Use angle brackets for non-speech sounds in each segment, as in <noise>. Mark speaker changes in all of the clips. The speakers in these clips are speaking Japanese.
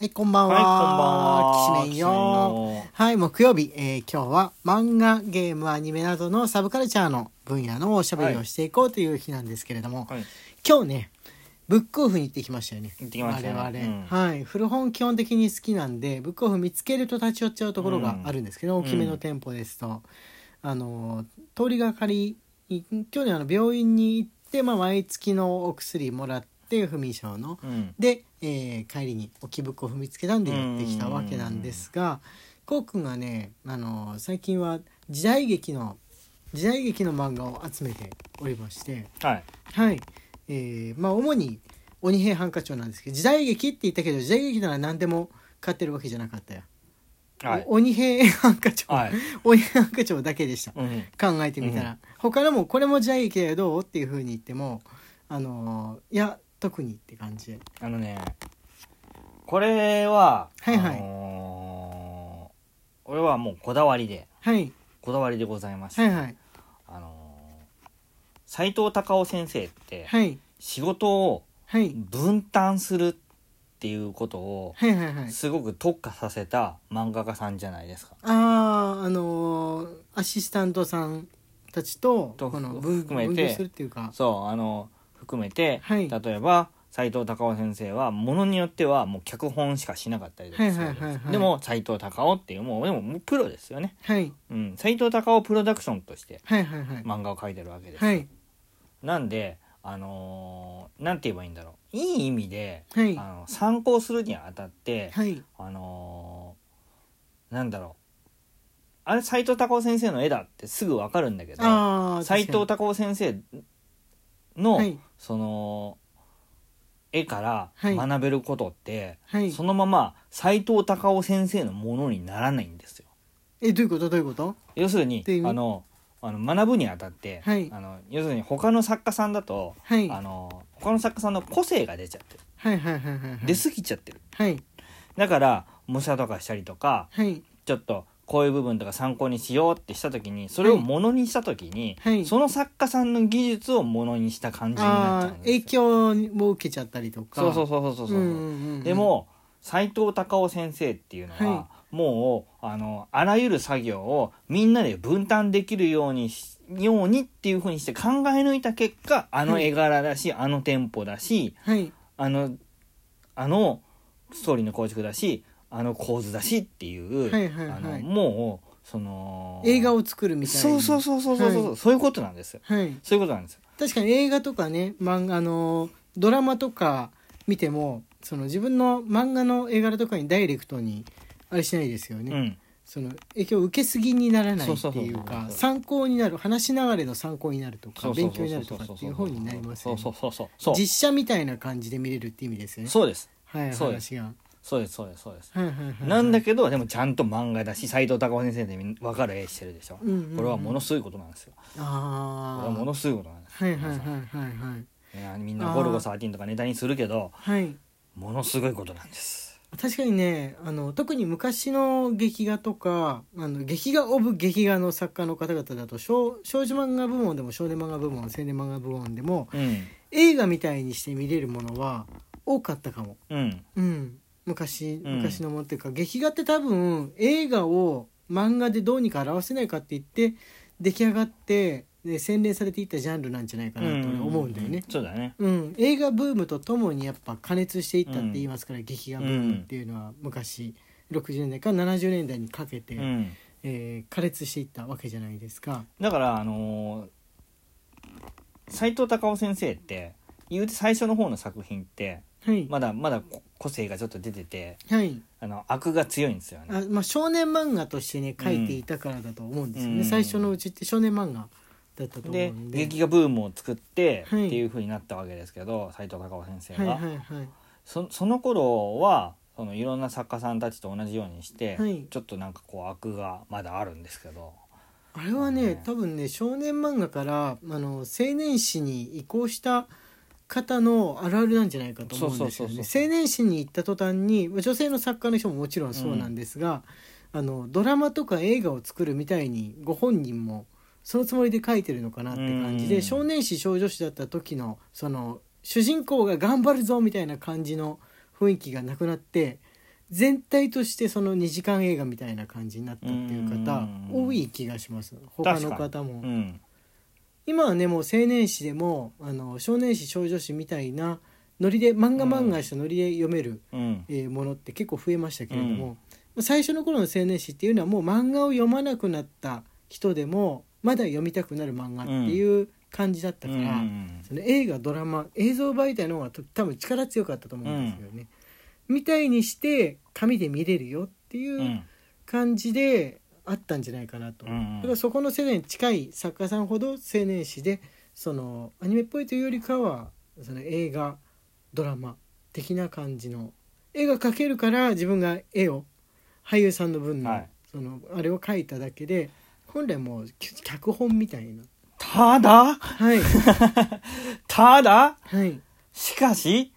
Speaker 1: はい、こんばんは。
Speaker 2: はい、こ
Speaker 1: き
Speaker 2: んばんは。
Speaker 1: しめんよ。はい、木曜日、えー今日は漫画、ゲーム、アニメなどのサブカルチャーの分野のおしゃべりをしていこうという日なんですけれども、
Speaker 2: はい。
Speaker 1: 今日ね、ブックオフに行ってきましたよね。
Speaker 2: 行ってきましたね
Speaker 1: 我々、
Speaker 2: うん
Speaker 1: はい、古本基本的に好きなんで、ブックオフ見つけると立ち寄っちゃうところがあるんですけど、
Speaker 2: うん
Speaker 1: 大きめの店舗ですと、あのー、通りがかりに、去年あの病院に行って、まあ、毎月のお薬もらって、不眠症の。
Speaker 2: うん。
Speaker 1: で、えー帰りに置き袋を踏みつけたんでやってきたわけなんですがこうくんがね、あのー最近は時代劇の時代劇の漫画を集めておりまして
Speaker 2: はい。
Speaker 1: はい、えーまあ主に「鬼平犯科帳」なんですけど時代劇って言ったけど時代劇なら何でも買ってるわけじゃなかったよ。
Speaker 2: はい。
Speaker 1: お鬼平犯科帳、
Speaker 2: はい。
Speaker 1: 鬼平犯科帳だけでした。
Speaker 2: うん。
Speaker 1: 考えてみたら、
Speaker 2: う
Speaker 1: 他のもこれも時代劇だよどうっていうふうに言ってもあのーいや特にって感じで
Speaker 2: あのね、これは、
Speaker 1: はいはい
Speaker 2: あのー俺はもうこだわりで、
Speaker 1: はい
Speaker 2: こだわりでございまして、
Speaker 1: はいはい
Speaker 2: あのー斉藤隆夫先生って、
Speaker 1: はい
Speaker 2: 仕事を
Speaker 1: はい
Speaker 2: 分担するっていうことを、
Speaker 1: はいはいはい
Speaker 2: すごく特化させた漫画家さんじゃないですか。
Speaker 1: あああのーアシスタントさんたちと
Speaker 2: と
Speaker 1: この
Speaker 2: 含
Speaker 1: 分
Speaker 2: 含めて
Speaker 1: 分業するっていうか
Speaker 2: そう、あの、含めて、
Speaker 1: はい
Speaker 2: 例えば、斉藤隆夫先生は、ものによってはもう脚本しかしなかったりとかするわけです
Speaker 1: はいはいはいはい
Speaker 2: でも、斉藤隆夫っていう、もう、でも、もうプロですよね。
Speaker 1: はい
Speaker 2: うん。斉藤隆夫プロダクションとして
Speaker 1: はいはいはい
Speaker 2: 漫画を描いてるわけです。
Speaker 1: はい
Speaker 2: なんで、あのーなんて言えばいいんだろう。いい意味で、
Speaker 1: はい
Speaker 2: あの参考するにあたって、
Speaker 1: はい
Speaker 2: あのーなんだろう。あれ、斉藤隆夫先生の絵だってすぐわかるんだけど、
Speaker 1: ああ
Speaker 2: 斉藤隆夫先生の、
Speaker 1: はい
Speaker 2: その絵から
Speaker 1: はい
Speaker 2: 学べることって、
Speaker 1: はい
Speaker 2: そのまま斉藤隆夫先生のものにならないんですよ。
Speaker 1: えどういうことどういうこと
Speaker 2: 要するに
Speaker 1: っていう
Speaker 2: あのあの学ぶにあたって、
Speaker 1: はい
Speaker 2: あの要するに他の作家さんだと、
Speaker 1: はい
Speaker 2: あ
Speaker 1: はい
Speaker 2: の他の作家さんの個性が出ちゃってる
Speaker 1: はいはいはいはい
Speaker 2: 出過ぎちゃってる
Speaker 1: はい
Speaker 2: だから模写とかしたりとか
Speaker 1: はい
Speaker 2: ちょっとこういう部分とか参考にしようってした時にそれをものにした時に、
Speaker 1: はい
Speaker 2: その作家さんの技術をものにした感じに
Speaker 1: あ
Speaker 2: なっちゃう
Speaker 1: あ
Speaker 2: んですよ
Speaker 1: 影響を受けちゃったりとか
Speaker 2: そうそう
Speaker 1: そ
Speaker 2: そうそうそうそう、でも斉藤隆夫先生っていうのは、
Speaker 1: は
Speaker 2: もうあのあらゆる作業をみんなで分担できるようにしようにっていうふうにして考え抜いた結果あの絵柄だし、あのテンポだし
Speaker 1: はい
Speaker 2: あのあのストーリーの構築だしあの構図だしっていう、
Speaker 1: はいはいはい
Speaker 2: あのもうその
Speaker 1: 映画
Speaker 2: を
Speaker 1: を作るみたいな
Speaker 2: そうそうそうそうそうそう、
Speaker 1: は
Speaker 2: そういうことなんですよ
Speaker 1: はい
Speaker 2: そういうことなんですよ
Speaker 1: 確かに映画とかね漫画あのドラマとか見てもその自分の漫画の絵柄とかにダイレクトにあれしないですよね、
Speaker 2: うん
Speaker 1: その影響を受けすぎにならないって
Speaker 2: そうそう
Speaker 1: い
Speaker 2: そうう
Speaker 1: か
Speaker 2: そう
Speaker 1: 参考になる話し流れの参考になると
Speaker 2: そ
Speaker 1: か
Speaker 2: うそう
Speaker 1: 勉
Speaker 2: そ
Speaker 1: 強
Speaker 2: う
Speaker 1: にな
Speaker 2: そう
Speaker 1: ると
Speaker 2: そう
Speaker 1: か
Speaker 2: そう
Speaker 1: っていう方になりますよ
Speaker 2: そうそ
Speaker 1: ね
Speaker 2: うそうそうそう
Speaker 1: 実写みたいな感じで見れるって意味ですよね
Speaker 2: そうです
Speaker 1: はい
Speaker 2: そうです
Speaker 1: 話が
Speaker 2: そうですそうですそうです
Speaker 1: はいはいはい
Speaker 2: なんだけどでもちゃんと漫画だし斎藤隆夫先生で分かる絵してるでしょ、
Speaker 1: うんうんうん
Speaker 2: これはものすごいことなんですよこれ
Speaker 1: あ
Speaker 2: はも
Speaker 1: あ
Speaker 2: のすごいことなんです
Speaker 1: はいはいはいはいはい
Speaker 2: 皆さんねみんな「ゴルゴ13」とかネタにするけど
Speaker 1: はい
Speaker 2: ものすごいことなんです
Speaker 1: 確かにねあの特に昔の劇画とかあの劇画オブ劇画の作家の方々だと少少女漫画部門でも少年漫画部門青年漫画部門でも
Speaker 2: うん
Speaker 1: 映画みたいにして見れるものは多かったかも、
Speaker 2: うん
Speaker 1: うん、昔
Speaker 2: うん
Speaker 1: 昔のものっていうか、劇画って多分映画を漫画でどうにか表せないかって言って出来上がって、ね、洗練されていったジャンルなんじゃないかなと俺思うんだよね。
Speaker 2: そうだね
Speaker 1: うん、映画ブームとともにやっぱ加熱していったって言いますから、劇画ブームっていうのは昔60年代から70年代にかけて、
Speaker 2: うん
Speaker 1: えー加熱していったわけじゃないですか。
Speaker 2: だからあの斎藤隆夫先生って言うて最初の方の作品って
Speaker 1: はい、
Speaker 2: まだまだこ個性がちょっと出てて
Speaker 1: はい
Speaker 2: あの悪が強いんですよね
Speaker 1: あまあ、少年漫画としてね書いていたからだと思うんですよね、
Speaker 2: うん
Speaker 1: 最初のうちって少年漫画だったと思う
Speaker 2: で
Speaker 1: んで。
Speaker 2: 劇画ブームを作ってって
Speaker 1: はい
Speaker 2: いうふうになったわけですけど斎、藤隆夫先
Speaker 1: は
Speaker 2: 生
Speaker 1: い
Speaker 2: が、
Speaker 1: はいはい
Speaker 2: そその頃はそのいろんな作家さんたちと同じようにして、
Speaker 1: はい
Speaker 2: ちょっとなんかこう悪がまだあるんですけど
Speaker 1: あれはね
Speaker 2: ね
Speaker 1: 多分ね少年漫画からあの青年誌に移行した方のあるあるなんじゃないかと思うんですよ
Speaker 2: そうそうそ
Speaker 1: ね
Speaker 2: うそう
Speaker 1: 青年誌に行った途端にまあ女性の作家の人ももちろんそうなんですが、あのドラマとか映画を作るみたいにご本人もそのつもりで書いてるのかなって感じで、
Speaker 2: うん
Speaker 1: 少年誌少女誌だった時のその主人公が頑張るぞみたいな感じの雰囲気がなくなって全体としてその2時間映画みたいな感じになったっていう方
Speaker 2: うん
Speaker 1: 多い気がします他の
Speaker 2: 確
Speaker 1: 方も、
Speaker 2: うん
Speaker 1: 今はねもう青年誌でもあの少年誌少女誌みたいなノリで漫画漫画したノリで読める、
Speaker 2: うん
Speaker 1: えーものって結構増えましたけれど
Speaker 2: うん
Speaker 1: も、最初の頃の青年誌っていうのはもう漫画を読まなくなった人でもまだ読みたくなる漫画っていう感じだった
Speaker 2: う
Speaker 1: から、
Speaker 2: ん
Speaker 1: その映画ドラマ映像媒体の方がと多分力強かったと思うんですよね。みたいにして紙で見れるよっていううん感じであったんじゃないかなと。
Speaker 2: うんうん
Speaker 1: だからそこの世代に近い作家さんほど青年誌でそのアニメっぽいというよりかはその映画ドラマ的な感じの絵が描けるから自分が絵を俳優さんの分の,、
Speaker 2: はい
Speaker 1: そのあれを描いただけで本来もう脚本みたい
Speaker 2: <laughs>
Speaker 1: な。
Speaker 2: ただ
Speaker 1: はい、
Speaker 2: ただ
Speaker 1: はい
Speaker 2: しかし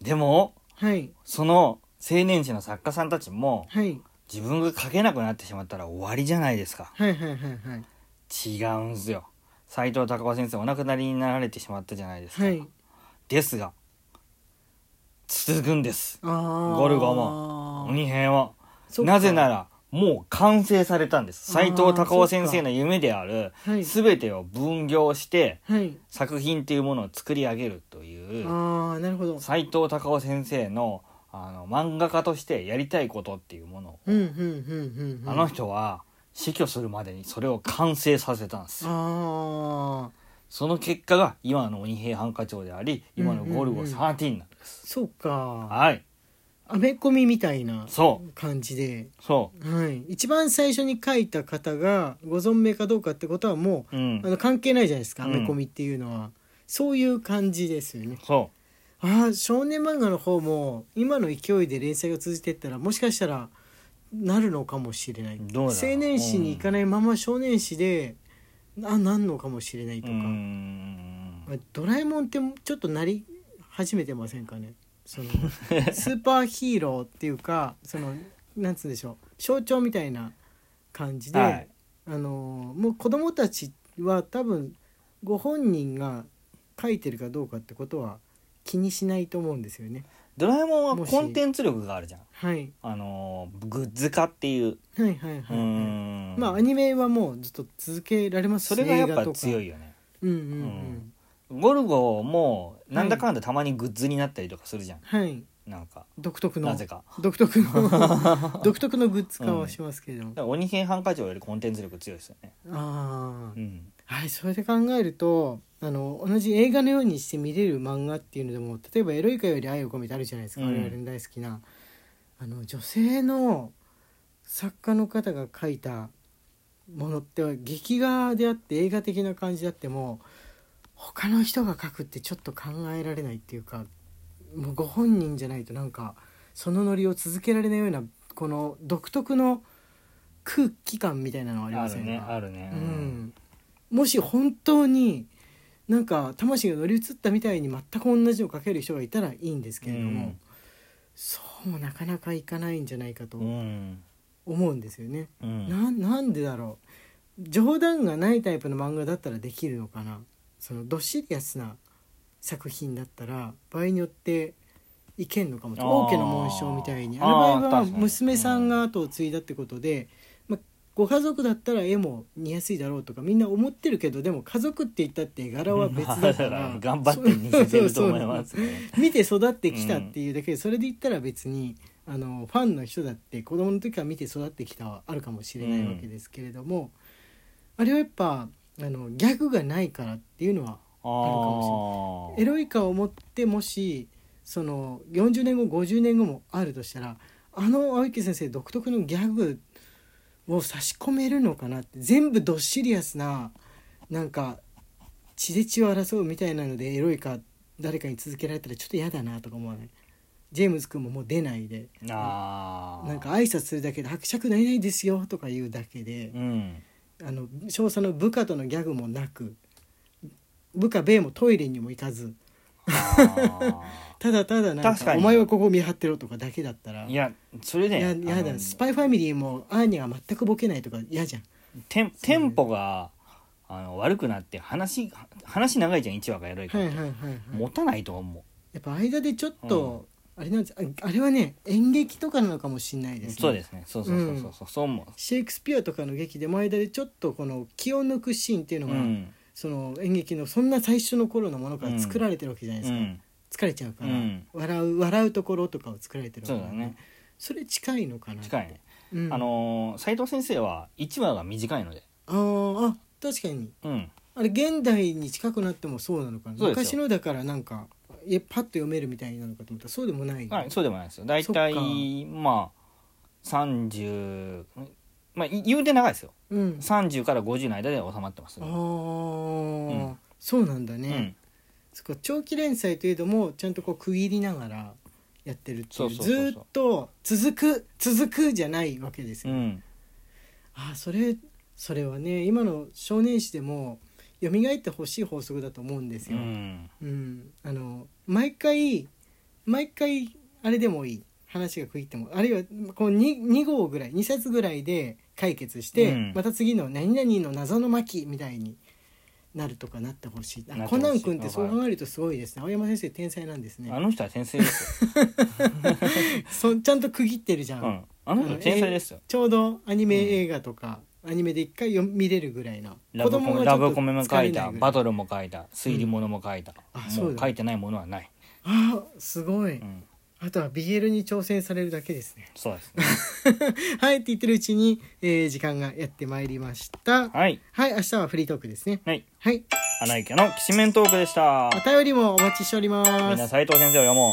Speaker 2: でも
Speaker 1: はい
Speaker 2: その青年誌の作家さんたちも
Speaker 1: はい
Speaker 2: 自分が書けなくなってしまったら終わりじゃないですか
Speaker 1: はいはいはいはい
Speaker 2: 違うんすよ斎藤孝夫先生お亡くなりになられてしまったじゃないですか、
Speaker 1: はい
Speaker 2: ですが続くんです
Speaker 1: あー
Speaker 2: ゴルゴも鬼編は
Speaker 1: そっか
Speaker 2: なぜならもう完成されたんです
Speaker 1: あー
Speaker 2: 斎藤孝夫先生の夢である
Speaker 1: はい
Speaker 2: 全てを分業して
Speaker 1: はい
Speaker 2: 作品っていうものを作り上げるという
Speaker 1: ああなるほど
Speaker 2: 斎藤孝夫先生のあの漫画家としてやりたいことっていうものを、
Speaker 1: うんうんうんうんうん
Speaker 2: あの人は死去するまでにそれを完成させたんです
Speaker 1: ああ
Speaker 2: その結果が今の鬼平犯科帳であり今のゴルゴ13なんです、
Speaker 1: そうか
Speaker 2: はい
Speaker 1: アメコミみたいな
Speaker 2: そ
Speaker 1: 感じで、
Speaker 2: うそ
Speaker 1: はい、一番最初に書いた方がご存命かどうかってことはも
Speaker 2: ううん
Speaker 1: うあの関係ないじゃないですか、
Speaker 2: うん
Speaker 1: アメコミっていうのはそういう感じですよね
Speaker 2: そ
Speaker 1: ああ少年漫画の方も今の勢いで連載が続いていったらもしかしたらなるのかもしれない
Speaker 2: どうだろう
Speaker 1: 青年誌に行かないまま少年誌であなんのかもしれないうと
Speaker 2: う
Speaker 1: か、
Speaker 2: ん
Speaker 1: まあドラえもんってちょっとなり始めてませんかねそ
Speaker 2: <laughs>
Speaker 1: のスーパーヒーローっていうかそのなんつうんでしょう象徴みたいな感じで、
Speaker 2: はい
Speaker 1: あのーもう子供たちは多分ご本人が書いてるかどうかってことは気にしないと思うんですよね。
Speaker 2: ドラえもん
Speaker 1: も
Speaker 2: は
Speaker 1: し
Speaker 2: コンテンツ力があるじゃん
Speaker 1: はい、
Speaker 2: あのーグッズ化っていう
Speaker 1: はいはいは
Speaker 2: う
Speaker 1: い、
Speaker 2: ん
Speaker 1: まあアニメはもうずっと続けられますし
Speaker 2: それがやっぱ強
Speaker 1: い。
Speaker 2: いよね
Speaker 1: うんうんうん。
Speaker 2: うんゴルゴもなんだかんだたまにグッズになったりとかするじゃん、
Speaker 1: はい。
Speaker 2: なんか
Speaker 1: 独特の
Speaker 2: なぜか
Speaker 1: 独特
Speaker 2: <laughs>
Speaker 1: の独特のグッズ化はしますけれども
Speaker 2: だ、から鬼平犯科帳よりコンテンツ力強いですよね
Speaker 1: あ
Speaker 2: う
Speaker 1: ー
Speaker 2: ん
Speaker 1: はいそれで考えるとあの同じ映画のようにして見れる漫画っていうのでも例えば「エロイカより愛を込めて」あるじゃないですか、
Speaker 2: うん
Speaker 1: 我々の大好きなあの女性の作家の方が書いたものって劇画であって映画的な感じであっても他の人が書くってちょっと考えられないっていうかもうご本人じゃないとなんかそのノリを続けられないようなこの独特の空気感みたいなのはあり
Speaker 2: あ
Speaker 1: ませ
Speaker 2: る
Speaker 1: ん
Speaker 2: ね
Speaker 1: か
Speaker 2: あるね
Speaker 1: うん、もし本当になんか魂が乗り移ったみたいに全く同じを書ける人がいたらいいんですけれども、
Speaker 2: うん
Speaker 1: そうもなかなかいかないんじゃないかと
Speaker 2: うん
Speaker 1: 思うんですよね。
Speaker 2: うん
Speaker 1: ななんでだろう冗談がないタイプの漫画だったらできるのかなそのどっしりやすな作品だったら場合によっていけんのかも
Speaker 2: あー
Speaker 1: 王家の紋章みたいにあ
Speaker 2: あー
Speaker 1: の場合は
Speaker 2: 確かに
Speaker 1: 娘さんが後を継いだってことで、ま、ご家族だったら絵も似やすいだろうとかみんな思ってるけどでも家族って言ったって絵柄は別だから
Speaker 2: 頑張って似せてると思います
Speaker 1: <laughs>
Speaker 2: ね
Speaker 1: 見て育ってきたっていうだけで、それで言ったら別にあのファンの人だって子供の時から見て育ってきたはあるかもしれないわけですけれども、あれはやっぱあのギャグがないからっていうのは
Speaker 2: あ
Speaker 1: も
Speaker 2: ー
Speaker 1: エロイカを持ってもしその40年後50年後もあるとしたらあの青池先生独特のギャグを差し込めるのかなって全部どっしりやすななんか血で血を争うみたいなのでエロイカ誰かに続けられたらちょっと嫌だなとか思わないジェームズ君ももう出ないで
Speaker 2: あー
Speaker 1: なんか挨拶するだけで「伯爵ないないですよ」とか言うだけで <laughs>
Speaker 2: うん
Speaker 1: あの少佐の部下とのギャグもなく部下米もトイレにも行かず
Speaker 2: あー
Speaker 1: ただただなん
Speaker 2: 確
Speaker 1: か
Speaker 2: かに
Speaker 1: お前はここを見張ってろとかだけだったら
Speaker 2: いやそれ
Speaker 1: い
Speaker 2: ね
Speaker 1: やや
Speaker 2: あ
Speaker 1: だ
Speaker 2: の
Speaker 1: スパイファミリーもアーニャが全くボケないとか嫌じゃん
Speaker 2: テンテンポがあの悪くなって話話長いじゃん1話がエロいか
Speaker 1: は
Speaker 2: ら、
Speaker 1: いはいはいはい
Speaker 2: 持たないと思
Speaker 1: やっぱ間でちょっと、あれなんですああれはね演劇とかなのかもしれないですね
Speaker 2: そうですねそうそうそうそうそうそう思う
Speaker 1: シェイクスピアとかの劇でも間でちょっとこの気を抜くシーンっていうの
Speaker 2: う
Speaker 1: が、
Speaker 2: ん
Speaker 1: その演劇のそんな最初の頃のものから作られてるわけじゃないで
Speaker 2: う
Speaker 1: すか、
Speaker 2: ん
Speaker 1: 疲れちゃうから、
Speaker 2: うん
Speaker 1: 笑う笑うところとかを作られてるわけ
Speaker 2: そう
Speaker 1: な
Speaker 2: だ
Speaker 1: んで
Speaker 2: ね
Speaker 1: それ近いのかなって
Speaker 2: 近いね、
Speaker 1: うん、
Speaker 2: あのー斉藤先生は1話が短いので
Speaker 1: あーあ確かに
Speaker 2: うん
Speaker 1: あれ現代に近くなってもそうなのかな
Speaker 2: そうです
Speaker 1: 昔
Speaker 2: よ
Speaker 1: のだからなんかいやパッと読めるみたいなのかと思ったらそうでもない、
Speaker 2: はい、そうでもないですよ大体
Speaker 1: そっか
Speaker 2: まあ30まあい言うて長いですよ
Speaker 1: うん
Speaker 2: 30から50の間で収まってます
Speaker 1: ああ、
Speaker 2: ううん
Speaker 1: そうなんだね、
Speaker 2: ん、
Speaker 1: そこ長期連載といえどもちゃんとこう区切りながらやってるってい
Speaker 2: そううそうそうそう
Speaker 1: ずーっと続く続くじゃないわけです
Speaker 2: う
Speaker 1: よ、
Speaker 2: ん、
Speaker 1: ああそれそれはね今の少年誌でも蘇ってほしい法則だと思うんです
Speaker 2: う
Speaker 1: よ、
Speaker 2: ん、
Speaker 1: うん、あの毎回毎回あれでもいい話が区切ってもあるいはこう 2, 2号ぐらい2冊ぐらいで解決して、
Speaker 2: うん
Speaker 1: また次の「何々の謎の巻」みたいになるとかなってほしい
Speaker 2: な
Speaker 1: あ
Speaker 2: って
Speaker 1: コ
Speaker 2: ほしい
Speaker 1: ナン君ってそう考えるとすごいですね青山先生天才なんです
Speaker 2: あ
Speaker 1: ね
Speaker 2: の人は天才です
Speaker 1: <laughs> そちゃんと区切ってるじ <laughs> ゃん、
Speaker 2: よ、うん、あの人は天才ですよ
Speaker 1: ちょうどアニメ映画とか、アニメで一回読見れるぐらいの
Speaker 2: ラブコメ
Speaker 1: ちょ
Speaker 2: ラ
Speaker 1: っと
Speaker 2: ブコメも書いた
Speaker 1: 疲れなぐら
Speaker 2: バトルも書いた推理ものも書いた、
Speaker 1: あそ
Speaker 2: も
Speaker 1: う
Speaker 2: う
Speaker 1: だ
Speaker 2: 書いてないものはない、
Speaker 1: あすごい、
Speaker 2: うん、
Speaker 1: あとは BL に挑戦されるだけですね
Speaker 2: そうですね
Speaker 1: <laughs> はいって言ってるうちに、えー時間がやってまいりました。はい、
Speaker 2: はい
Speaker 1: 明日はフリートークですね。
Speaker 2: はい
Speaker 1: はい、
Speaker 2: 穴井家のきしめんトークでした
Speaker 1: お便りもお待ちしており
Speaker 2: み
Speaker 1: ま
Speaker 2: んな
Speaker 1: す。
Speaker 2: 斉藤先生を読もう